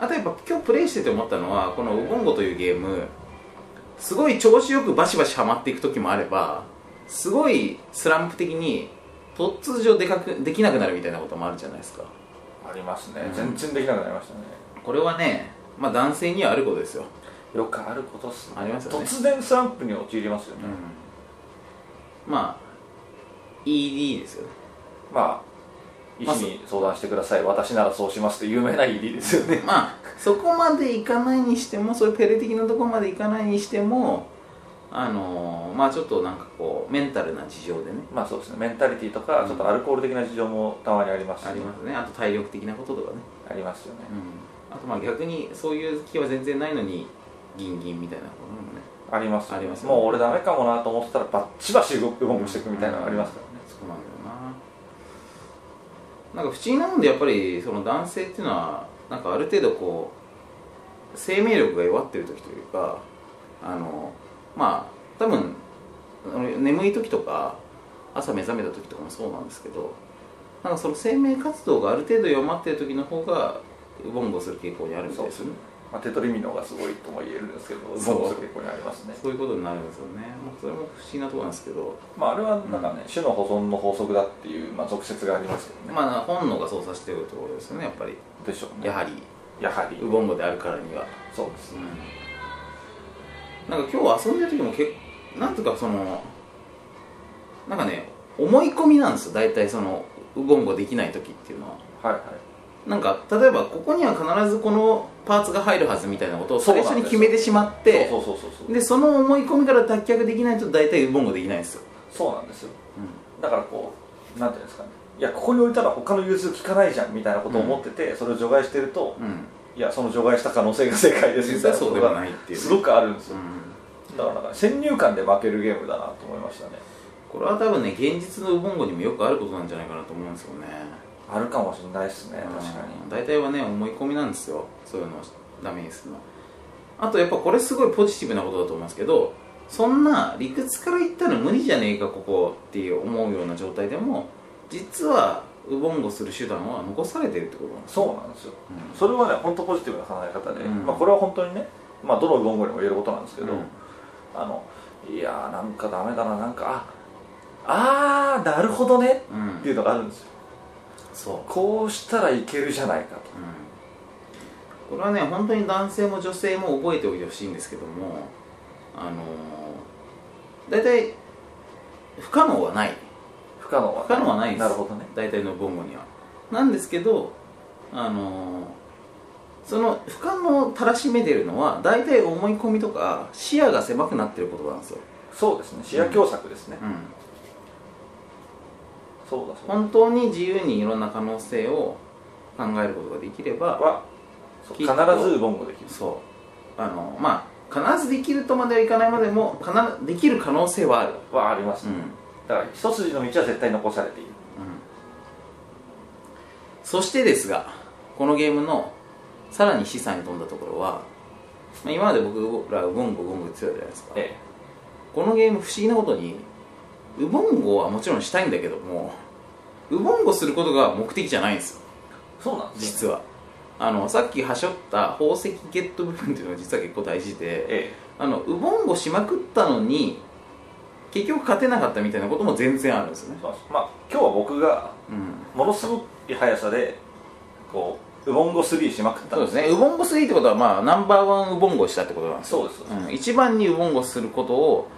あとやっぱ今日プレイしてて思ったのはこの「ウボンゴ」というゲームすごい調子よくバシバシハマっていく時もあればすごいスランプ的に突如でかくできなくなるみたいなこともあるじゃないですか
ありますね
うん
全然できなくなりましたね
これはねまあ男性にはあることですよ、
よくあることっすね
ありますよね
突然スランプに陥りますよね
まあ ED ですよね
まあ医
まあ
師に相談してください、私ならそうしますって有名な ED ですよね
まあそこまでいかないにしてもそういうペレ的なところまでいかないにしてもあのーまあちょっとなんかこうメンタルな事情でね
まあそうですねメンタリティとかちょっとアルコール的な事情もたまにありますし
ありますねあと体力的なこととかね、
ありますよね
あとまあ逆にそういう気は全然ないのにギンギンみたいなこのね
ありますよね
ありますよね
もう俺ダメかもなと思ってたらバッチバチ動く動くしていくみたいなのありますからね、
そうなんだよななんか不思議なもんでやっぱりその男性っていうのはなんかある程度こう生命力が弱ってる時というかあのまあ多分あの眠い時とか朝目覚めた時とかもそうなんですけどなんかその生命活動がある程度弱まってる時の方がウボンゴする傾向にあるみたいですよね
まあ、テトリミノがすごいとも言えるんですけど
そう
動く結構にありますね
そういうことになるんですよね、まあ、それも不思議なところなんですけど
まああれはなんかね、種の保存の法則だっていう、まあ、俗説がありますけどね、
まあ本能が操作してるところですよねやっぱり
でしょうね
やはり
やはり
ウボンゴであるからには
そうですね
なんか今日遊んでる時もけなんとかそのなんかね思い込みなんですよ大体そのウボンゴできない時っていうのは
はいはい
なんか例えばここには必ずこのパーツが入るはずみたいなことを
そう
最
なん
初
ですよ
に決めてしまって
そうそうそうそうそう
でその思い込みから脱却できないと大体ウボンゴできないんですよ、
そうなんですよだからこうなんていうんですかねいやここに置いたら他の融通効かないじゃんみたいなことを思ってて、それを除外してると、
うんうん
いやその除外した可能性が正解ですみ
実は
たいなこ
そう
と
では
が
ないっていう、ね、
すごくあるんです
う
よ、
ん
だからなんか先入観で負けるゲームだなと思いましたね
これは多分ね現実のウボンゴにもよくあることなんじゃないかなと思うんですよね
あるかもしれないですね確か
うん
に
大体はね思い込みなんですよそういうのをダメにするのはあとやっぱこれすごいポジティブなことだと思うんですけどそんな理屈から言ったら無理じゃねえかここっていう思うような状態でも実はウボンゴする手段は残されてるってことなんですよ
そうなんですよそれはね本当ポジティブな考え方で、
うん
まあ、これは本当にね、まあ、どの言語にも言えることなんですけ
うん
ど、あのいやーなんかダメだななんかああーなるほどね
うん、
っていうのがあるんですよ
そう
こうしたらいけるじゃないかと
これはね本当に男性も女性も覚えておいてほしいんですけどもあのー、大体不可能はない
不可能は
不可能はないです
なるほどね
大体のボンゴにはなんですけどあのーその不可能をたらしめてるのは大体思い込みとか視野が狭くなってることなんですよ、
そうですね視野狭窄ですね、
うん、
そうだそうだ
本当に自由にいろんな可能性を考えることができれば
はそう
き
必
っと
ずボンゴできる
そうあのまあ必ずできるとまではいかないまでも必ずできる可能性はある
はあります
う
ね、
ん、
だから一筋の道は絶対残されている
そしてですがこのゲームのさらに資産に飛んだところは、まあ、今まで僕らウボンゴウボンゴ強いじゃないですか
え
このゲーム不思議なことにウボンゴはもちろんしたいんだけどもウボンゴすることが目的じゃないんですよ
えそうなんです
実はあのさっきはしょった宝石ゲット部分っていうのが実は結構大事で、
え
あのウボンゴしまくったのに結局勝てなかったみたいなことも全然あるんですよ
え
ね
そうなんですまあ今日は僕が
うん
ものすごい速さでこうウボンゴ3しまくった
そうですねウボンゴ3ってことはまあナンバーワンウボンゴしたってことなんですよ、
そうですそうです
うん、一番にウボンゴすることを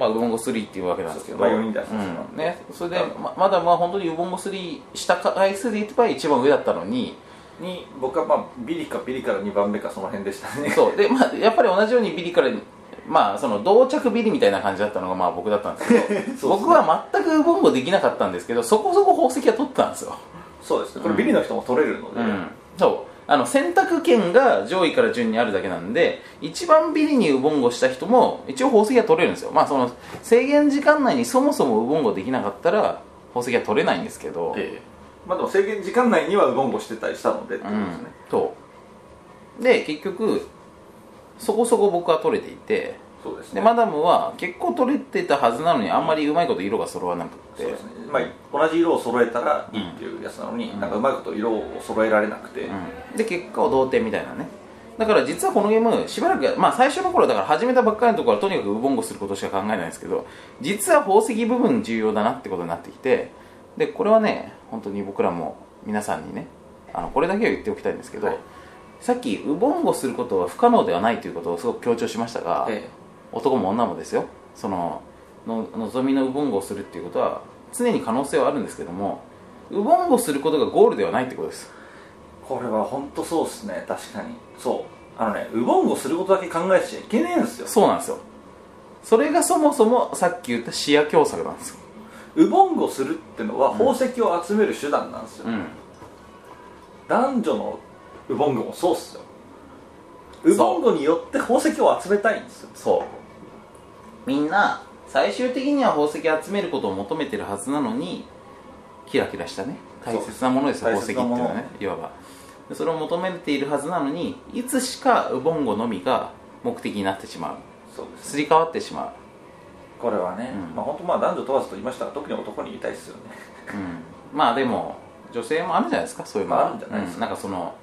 まあウボンゴ3っていうわけなんですけど
そうですまあ四人で遊んでた
うんねそれでままだまあ本当にウボンゴ3した回数で言えば一番上だったのに
に僕はまあビリかビリから2番目かその辺でしたね
そうでまあやっぱり同じようにビリからまあその同着ビリみたいな感じだったのがまあ僕だったんです けど僕は全くウボンゴできなかったんですけどそこそこ宝石は取ったんですよ
そうですねこれビリの人も取れるので、
うん、そうあの選択権が上位から順にあるだけなんで一番ビリにウボンゴした人も一応宝石は取れるんですよまあその制限時間内にそもそもウボンゴできなかったら宝石は取れないんですけど、
ええまあでも制限時間内にはウボンゴしてたりしたのでって
う
こ
ん
とですね、
そうで結局そこそこ僕は取れていて
そうです
で
ね
マダムは結構取れてたはずなのにあんまりうまいこと色が揃わなくて
そうですね、まあ、同じ色を揃えたらいいっていうやつなのに、なんかうまいこと色を揃えられなくて、
で結果は同点みたいなねだから実はこのゲームしばらくやまあ最初の頃だから始めたばっかりのところはとにかくウボンゴすることしか考えないんですけど実は宝石部分重要だなってことになってきてでこれはね本当に僕らも皆さんにねあのこれだけは言っておきたいんですけど、
はい
さっきウボンゴすることは不可能ではないということをすごく強調しましたが、
え
男も女もですよそのの望みのウボンゴをするっていうことは常に可能性はあるんですけどもウボンゴすることがゴールではないってことです
えこれは本当そうですね確かにそうあのねウボンゴすることだけ考えちゃいけねえんですよ
そうなんですよそれがそもそもさっき言った視野狭窄なんですよ、
ウボンゴするってのは宝石を集める手段なんですよ、
ん、
男女のウボンゴもそうっすよウボンゴによって宝石を集めたいんですよ
そうみんな最終的には宝石集めることを求めてるはずなのにキラキラしたね大切なものですよ
そう
宝石っていうのは
大切な
ね
も
いわばでそれを求めているはずなのにいつしかウボンゴのみが目的になってしま
そうで
う
す
すり替わってしま
これはね、
うん
まあ本当まあ男女問わずと言いましたが特に男に言いたいですよね
う、うん、まあでも女性もあるんじゃないですかそういうの
まああるんじゃないですか
うんなんかその、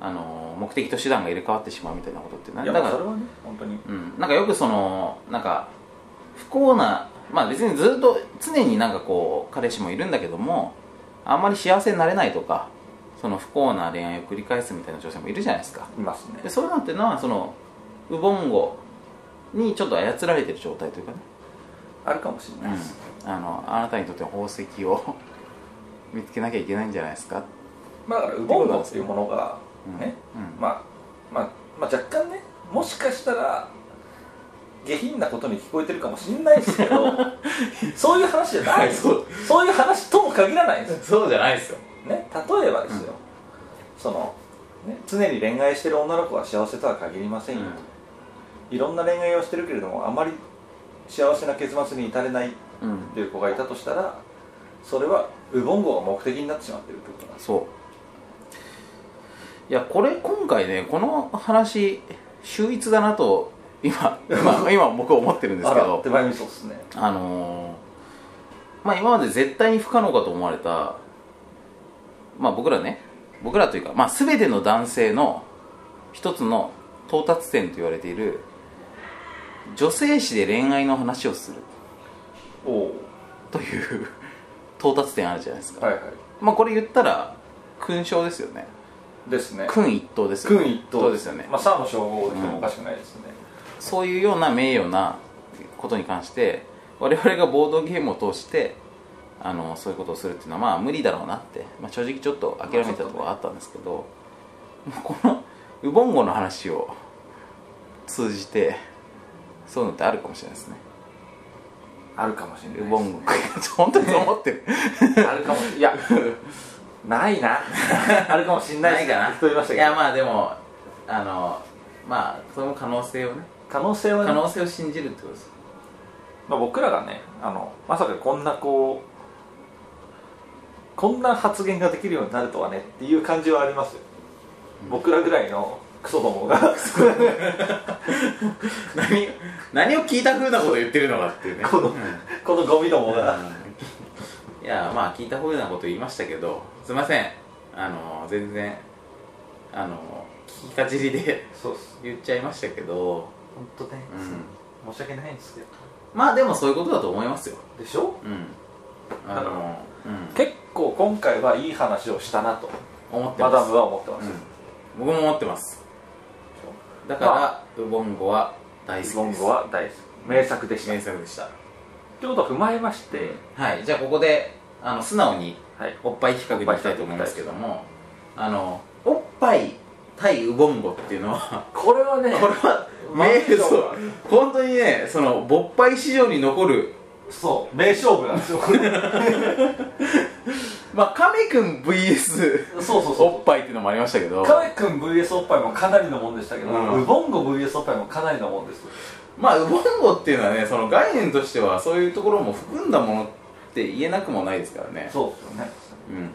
あの目的と手段が入れ替わってしまうみたいなことってないい
や
だ
ま
か
あ
ら
それはね本当に
うん、なんかよくそのなんか不幸なまあ別にずっと常になんかこう彼氏もいるんだけどもあんまり幸せになれないとかその不幸な恋愛を繰り返すみたいな女性もいるじゃないですか
いますね
でそういうのってのはそのウボンゴにちょっと操られてる状態というかね、
あるかもしれないです、
うん、あのあなたにとっての宝石を 見つけなきゃいけないんじゃないですか、
まあだからウボンゴっていうものが
うん
ね、
うん
まあ、まあ、まあ若干ねもしかしたら下品なことに聞こえてるかもしれないですけ どそういう話じゃない
そう
そういう話とも限らないです
そうじゃないですよ
ね例えばですよ、その、ね、常に恋愛してる女の子は幸せとは限りませんよ、いろんな恋愛をしてるけれどもあまり幸せな結末に至れない
うん、うん
っていう子がいたとしたらそれはウボンゴが目的になってしまってるってことなんです
そういやこれ今回ねこの話秀逸だなと今今今僕思ってるんです
あ
け
ら
ど
手前味噌っすね
あのーまあ今まで絶対に不可能かと思われたまあ僕らね僕らというか、まあ、全ての男性の一つの到達点と言われている女性誌で恋愛の話をする
おお
という 到達点あるじゃないですか、
はいは
まあこれ言ったら勲章ですよね
いですね
君一等ですよね
君一等
ですよね、
まあ、3の称号でもおかしくないですね、
そういうような名誉なことに関して我々がボードゲームを通してあのそういうことをするっていうのはまあ無理だろうなって、まあ、正直ちょっと諦めたところはあったんですけど、もうこのウボンゴの話を通じてそういうのってあるかもしれないですね
あるかもしれないです
ウボンゴ本当にそう思って る
あるかもしいやないなあるかもしれないですね人いました
い
けど
やまあでもあのまあその可能性をね
可能性はね
可能性を信じるってことです
まあ、僕らがねあのまさかこんなこうこんな発言ができるようになるとはねっていう感じはありますよ、僕らぐらいの クソどもが
何何を聞いた風なこと言ってるのかっていうね
このこのゴミどもが、
いやまあ聞いた風なこと言いましたけどすいませんあの全然あの聞きかじりで
そうっす
言っちゃいましたけど、
本当ね、
うん、
申し訳ないんですけど
まあでもそういうことだと思いますよ
でしょ
うんあの、うん、
結構今回はいい話をしたなと
思って
マ
ます
ダムは思ってます、
うん、僕も思ってますだから、
ま
ウボンゴは大好きで
リ
す
ボンゴは大好き名作でした
名
って
作でした
ことを踏まえまして、
はいじゃあここであの素直に
はい、
おっぱい比較にいきたいと思うんですけどもあのおっぱい対ウボンゴっていうのは
これはね
これは
まあ
名
そう
そう本当にねその勃発史上に残る
そう名勝負なんですよ
まあ亀くん VS
そうそうそう
おっぱいっていうのもありましたけど
カメ君 VS おっぱいもかなりのもんでしたけど、
うん
ウボンゴ VS おっぱいもかなりのもんです
まあウボンゴっていうのはねその概念としてはそういうところも含んだものって言えなくもないですからね
そうですよね
うん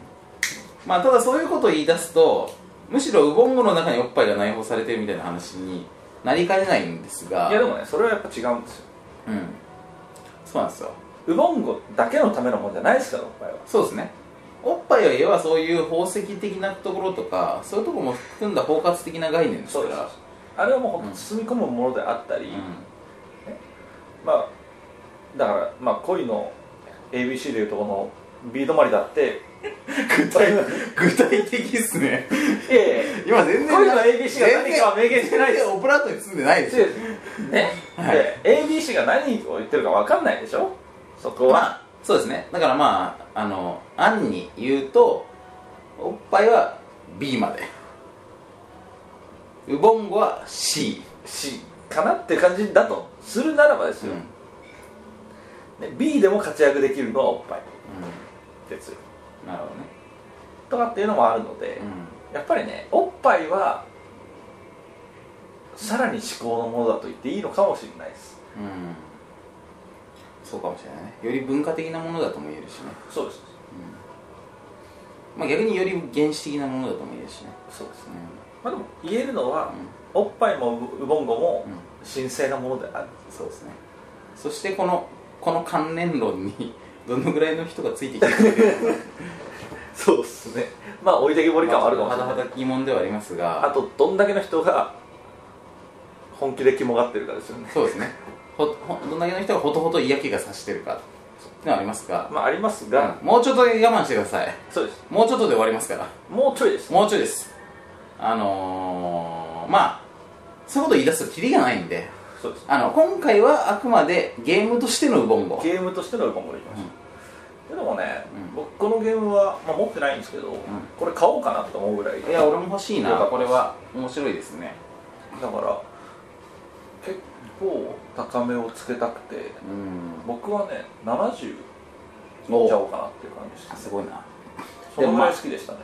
まあただそういうことを言い出すとむしろウボンゴの中におっぱいが内包されてるみたいな話になりかねないんですが
いやでもねそれはやっぱ違うんですよ
うんそうなんですよ
ウボンゴだけのためのもんじゃないですからおっぱいは
そうですねおっぱいは要はそういう宝石的なところとかそういうところも含んだ包括的な概念ですから
あれはもうほんと包み込むものであったり、まあだからまあ恋の ABC でいうとこの B 止まりだって
具体具体的ですね
いやいや
今全
恋の ABC が何かは明言してないです
オブラートに住んでないですよ
でね、
はい
で ABC が何を言ってるかわかんないでしょそこは、
まあそうですねだからまああの案に言うとおっぱいは B までウボンゴは C、
しかなって感じだとするならばです
うん
よ、ね B でも活躍できるのはおっぱいですよ
なるほどね、
とかっていうのもあるので、やっぱりねおっぱいはさらに至高のものだと言っていいのかもしれないです
うんそうかもしれないねより文化的なものだとも言えるしね、
そうです
うんまあ、逆により原始的なものだとも言えるしね、
そうです
うん
ね、まあ、でも言えるのは、
うん
おっぱいもウボンゴも
うん
神聖なものである、
そうですねそしてこのこの関連論に どのぐらいの人がついてきてくれるか
そうですねまあ置いてけぼり感はあるかもしれ
まあ
な
甚
い
だ疑問ではありますが
あとどんだけの人が本気で肝がってるかですよね
そうですねほほどんだけの人がほとほと嫌気がさしてるかってのはありますが、
まあありますが、
うんもうちょっと我慢してください
そうです
もうちょっとで終わりますから
もうちょいです
もうちょいですあのー、まあそういうこと言い出すとキリがないんで
そうです
あの今回はあくまでゲームとしてのウボンゴ
ゲームとしてのウボンゴでいきました、でもね、僕このゲームは、まあ、持ってないんですけど、これ買おうかなと思うぐらい
いや俺も欲しい
よ
な
かった
これは面白いですね
だから結構高めをつけたくて
うん
僕はね70いっ
お
ちゃおうかなっていう感じです
すごいな
そのぐらい好きでしたね、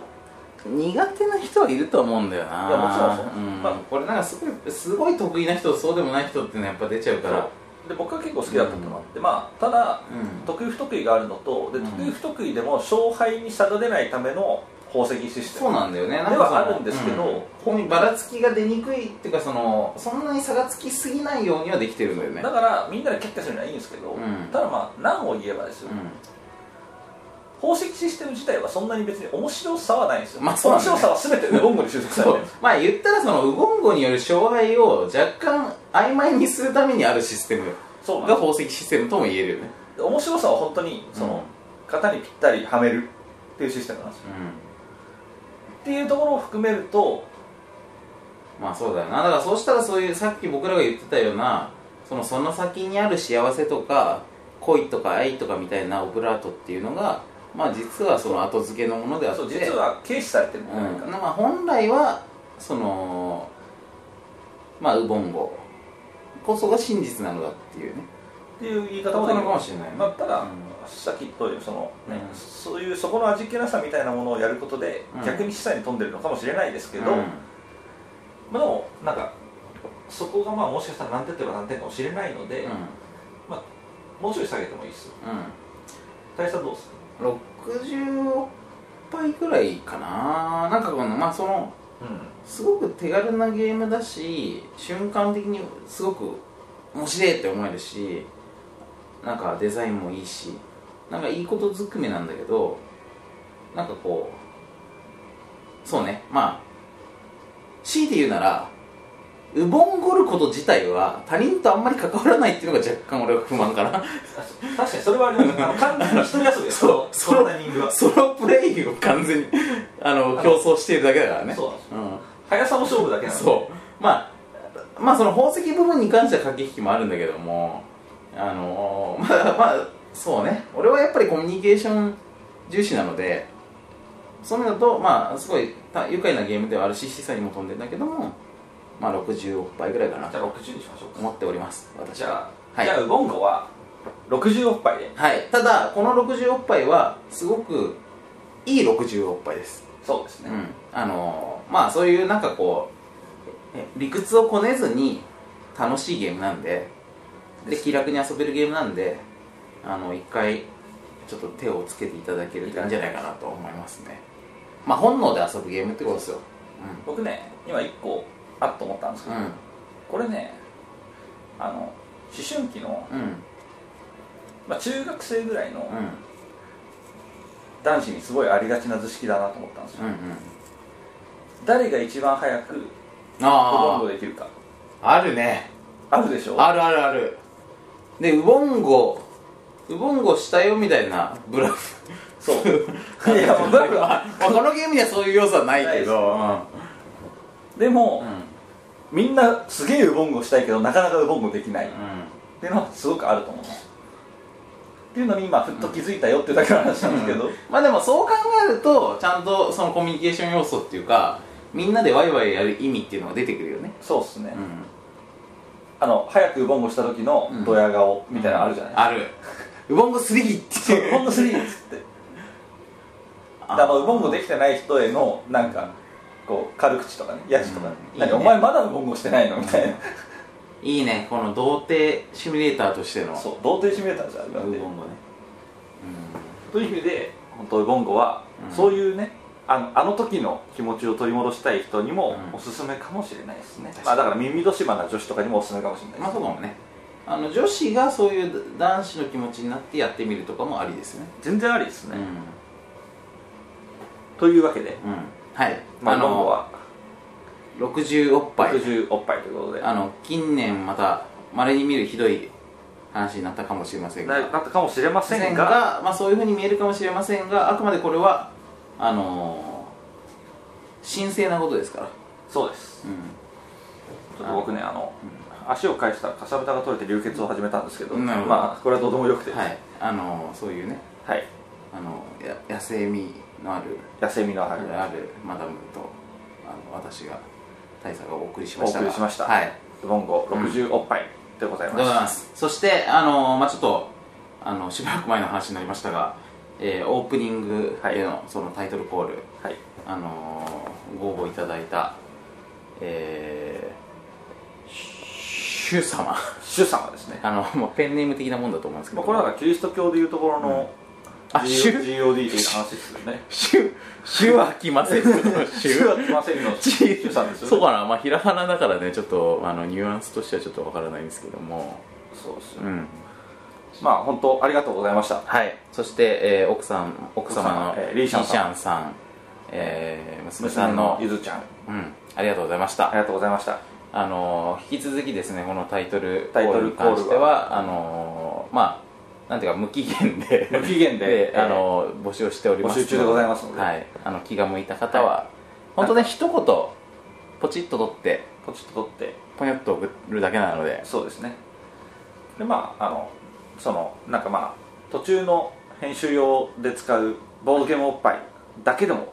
苦手な人はいると思うんだよない
やもちろんそう
うん
まあ
これなんかすごいすごい得意な人とそうでもない人っていうのはやっぱ出ちゃうから
で僕は結構好きだったってのもあって、まあただ、
うん
得意不得意があるのとで
うん
得意不得意でも勝敗に差が出ないための宝石システ
そう
ム
なんだよねなんか
で
その
はあるんですけど、
うんここにばらつきが出にくいっていうかそのそんなに差がつきすぎないようにはできてるのよね
だからみんなで結果するのはいいんですけど、
うん
ただまあ何を言えばですよ、
う
宝石システム自体はそんなに別に面白さはないんですよ、
まあそうなんだね
面白さは全てウボンゴに収
ん
束され
そ
て
う
るんです
まあ言ったらそのウゴンゴによる勝敗を若干曖昧にするためにあるシステム
そうなん
が
です
宝石システムとも言えるよね
面白さは本当にその、型にぴったりはめるっていうシステムなんですよっていうところを含めると
まあそうだよなだからそうしたらそういうさっき僕らが言ってたようなそのその先にある幸せとか恋とか愛とかみたいなオブラートっていうのがまあ実はその後付けのものであって
そう実は軽視されてるものだか
うん
ら、
まあ、本来はそのまあウボンゴこそが真実なのだっていうね
っていう言い
こ
方
と
も
な
でき
の
る
かもしれないね
まあ、ただ、
う
さっき言ったようにその、ね
うん
そういうそこの味気なさみたいなものをやることで、
うん
逆に資産に富んでるのかもしれないですけ
け
ど、
ど、うん
まあ、でもなんかそこがまあもしかしたら難点といえば難点かもしれないので、もうちょい下げてもいいですよ大佐どうです
うん60杯ぐらいかななんかこのまあその
う
すごく手軽なゲームだし瞬間的にすごく面白いって思えるしなんかデザインもいいしなんかいいことずくめなんだけどなんかこうそうねまあ強いて言うならウボンゴること自体は他人とあんまり関わらないっていうのが若干俺は不満かな
ん、確かにそれはありますあの完全に一人遊びです
そう
そのタイミングは
ソロプレイを完 全にあの競争しているだけだからね
そうなんですよ
うん
速さも勝負だけなんで
そうまあまあその宝石部分に関しては駆け引きもあるんだけどもあの ー、まあまあそうね俺はやっぱりコミュニケーション重視なのでそういうのだとまあすごいた愉快なゲームではあるし資産にも飛んでんだけどもまあ60杯ぐらいかな
じ
と
ゃあ60にしましょうか
思っております私
じゃ
は
あ、
はい
じゃあウボンゴは60おっぱいで
はいただこの60杯はすごくいい60杯です
そうです
うん、あのーまあそういうなんかこうえ理屈をこねずに楽しいゲームなんでで気楽に遊べるゲームなんであの一回ちょっと手をつけていただけるといいんじゃないかなと思いますねまあ本能で遊ぶゲームってことですよ
僕ね今1個あっと思ったんですけ
うん
ど、これねあの思春期の、
うん
まあ、中学生ぐらいの
うん
男子にすごいありがちな図式だなと思ったんですよ、
うんうん
誰が一番早くウボン
あ
ゴできるか
ああるね
あるでしょ
あるあるあるでウボンゴウボンゴしたよみたいなブラフ
そういやもうだから
まあこのゲームにはそういう要素はないけど
でも
う、ん
みんなすげえウボンゴしたいけどなかなかウボンゴできない、
う
っていうのはすごくあると思うんですっていうのに今ふっと気づいたよっていうだけの話なんですけど、
んまあでもそう考えるとちゃんとそのコミュニケーション要素っていうかみんなでワイワイやる意味っていうのが出てくるよね
そうっすね、
うん
あの早くウボンゴした時のドヤ顔みたいなのあるじゃないで
あるウボンゴ3っ
すか、
て
そうウボンゴ3っつってだ
あ
からウボンゴできてない人へのなんかこう軽口とかねやじとか、ね
うん
何
いいね
お前まだボンゴしてないのみたい
いいねこの童貞シミュレーターとしての
なそう童貞シミュレーターじゃんあれなん
文
で
言語ね
という意味で本当ボンゴは、
うん
そういうねあのあの時の気持ちを取り戻したい人にも
うん
おすすめかもしれないですね、
確
ま
か
あ、
に
だから耳戸島な女子とかにもおすすめかもしれないで
う
す
ん、まあそうかもねあの女子がそういう男子の気持ちになってやってみるとかもありですね
全然ありです
う
ね、
ん、うん、
というわけで、
はい、
まあ、
あ
ボンゴ
の
は
60おっぱい
60おっぱいということで
あの近年またまれに見るひどい話になったかもしれませんが
ななったかもしれません
線
が
が、まあ、そういうふうに見えるかもしれませんがあくまでこれはあのー、神聖なことですから、
そうです
う
ちょっと僕ねあの、足を返したらかさぶたが取れて流血を始めたんですけど、
なるほど
まあこれはどうでもよくて
ん、はいあのー、そういうね
はい
あのや野生味のある
休みのあ
あ
る
るあるマダムとあの私が大佐がお送りしましたが
お送りしました
はい
ボンゴ60おっぱいでござい
ありがとうござい
ま、
ますすそしてあのまあちょっとあのしばらく前の話になりましたが、えーオープニングでの、そのタイトルコール
はい
あのーご応募いただいたえーシュ様
主様ですね
あのもうペンネーム的なもんだと思うんですけ
ま
ど、
あ、これはだからキリスト教でいうところの、
あ
G-
主
GOD という話ですよ ね
シュシュは来ませんけどシ
主
ュ
は来ませんの
ち
主さんですよね
そうかな、まあ、ひらがなだからねちょっとあのニュアンスとしてはちょっとわからないんですけども
そうですよ
う
ね
ん
まあ本当ありがとうございました
はい、そして、えー奥さん奥様の
奥様えーリーシャンさん
ンさん、えー娘さ
娘
ん
の
の
ゆずちゃん
うん、ありがとうございまし
あ
た
りがとうございました
あのー引き続きですねこのタイトルコ
タイ
ー
ト
ル
ル
に
コールは
関してはあのーまあなんていうか無期限 で
無期限で
あのー募集しておりますの
募集中でございますので
はい、あの気が向いた方は、本当ね一言ポチッと取って
ポチッと取って
ポニョッと送るだけなので
そうですねでまああのそのなんかまあ途中の編集用で使うボードゲームおっぱいだけでも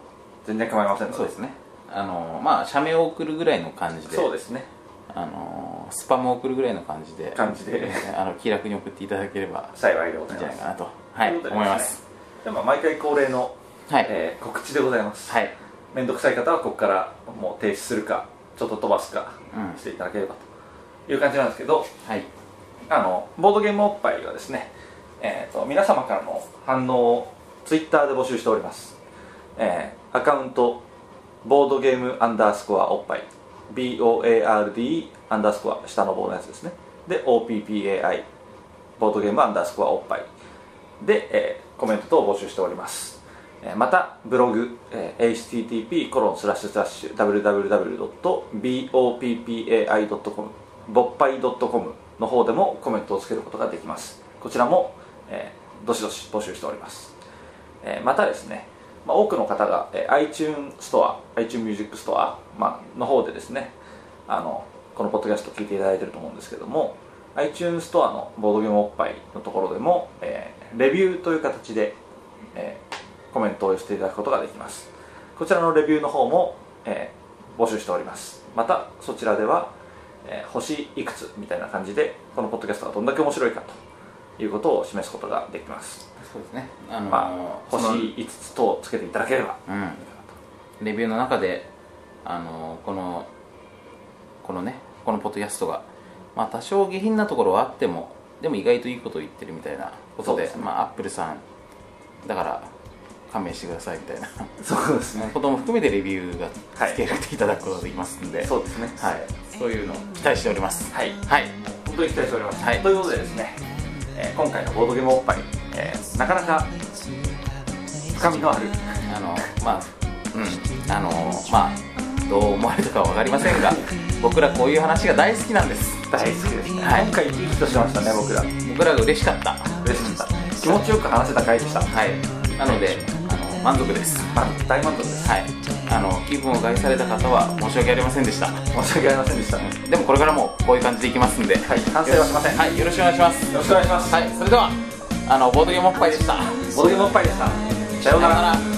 全然構いませんので
そうですねあのーまあ社名を送るぐらいの感じで
そうですね
あのースパムを送るぐらいの感じで
感じで
あの気楽に送っていただければ
幸いでご
いい
ざ
ん
い
じゃな
ま
い
す
かなとはい
とう
思
こと
い
で
ます
でも毎回恒例の、
はい、
えー告知でございます
はい
面倒くさい方はここからもう停止するかちょっと飛ばすか
うん
していただければという感じなんですけど
はい
あのボードゲームおっぱいはですね、えー、と皆様からの反応をツイッターで募集しております、えーアカウントボードゲームアンダースコアおっぱい BOARD アンダースコア下の棒のやつですねで OPPAI ボードゲームアンダースコアおっぱいで、えーコメント等を募集しております、えーまたブログ、えー http コロンスラッシュスラッシュ www.boppai.com ぼっぱい .com の方でもコメントをつけることができますこちらも、えーどしどし募集しております、えーまたですね、まあ、多くの方が、えー iTunes ストア iTunes ミュージックストア、まあの方でですねあのこのポッドキャスト聞いていただいてると思うんですけども iTunes ストアのボードゲームおっぱいのところでも、えーレビューという形で、えーコメントを寄せていただくことができますこちらのレビューの方も、えー募集しておりますまたそちらでは、えー星いくつみたいな感じでこのポッドキャストがどんだけ面白いかということを示すことができます、
そうですねあのー
まあ、
その
星5つとつけていただければ
うんレビューの中であのーこのこのねこのポッドキャストがまあ多少下品なところはあってもでも意外といいことを言ってるみたいなこと
そう
で
ですね
まあアップルさんだから勘弁してくださいみたいな
そうです
ことも含めてレビューが付けられていただくことができますので、
そうですね
はい、そういうのを期待しております。
はい
はい、
本当に期待しております、
はい
ということでですね、えー今回のボードゲームおっぱい、えーなかなか深みのある
あの、まあ、うん、あの、まあ、どう思われるかは分かりませんが、僕らこういう話が大好きなんです。
大好きですね、
はい
今回いいヒットしましたね僕ら
僕らが嬉しかった。
嬉しかった気持ちよく話せた回でした、
はい、なので、あの、満足です。
まあ、大満足です
はい、あの、気分を害された方は申し訳ありませんでした。
申し訳ありませんでしたね
でも、これからもこういう感じでいきますんで、
はい反省はしませんよ
はい、よろしくお願いします。
ろしくお願いします、
はい、それでは、あの、ボードゲームおっぱいでした。
ボードゲームおっぱいでしたさようなら
ら。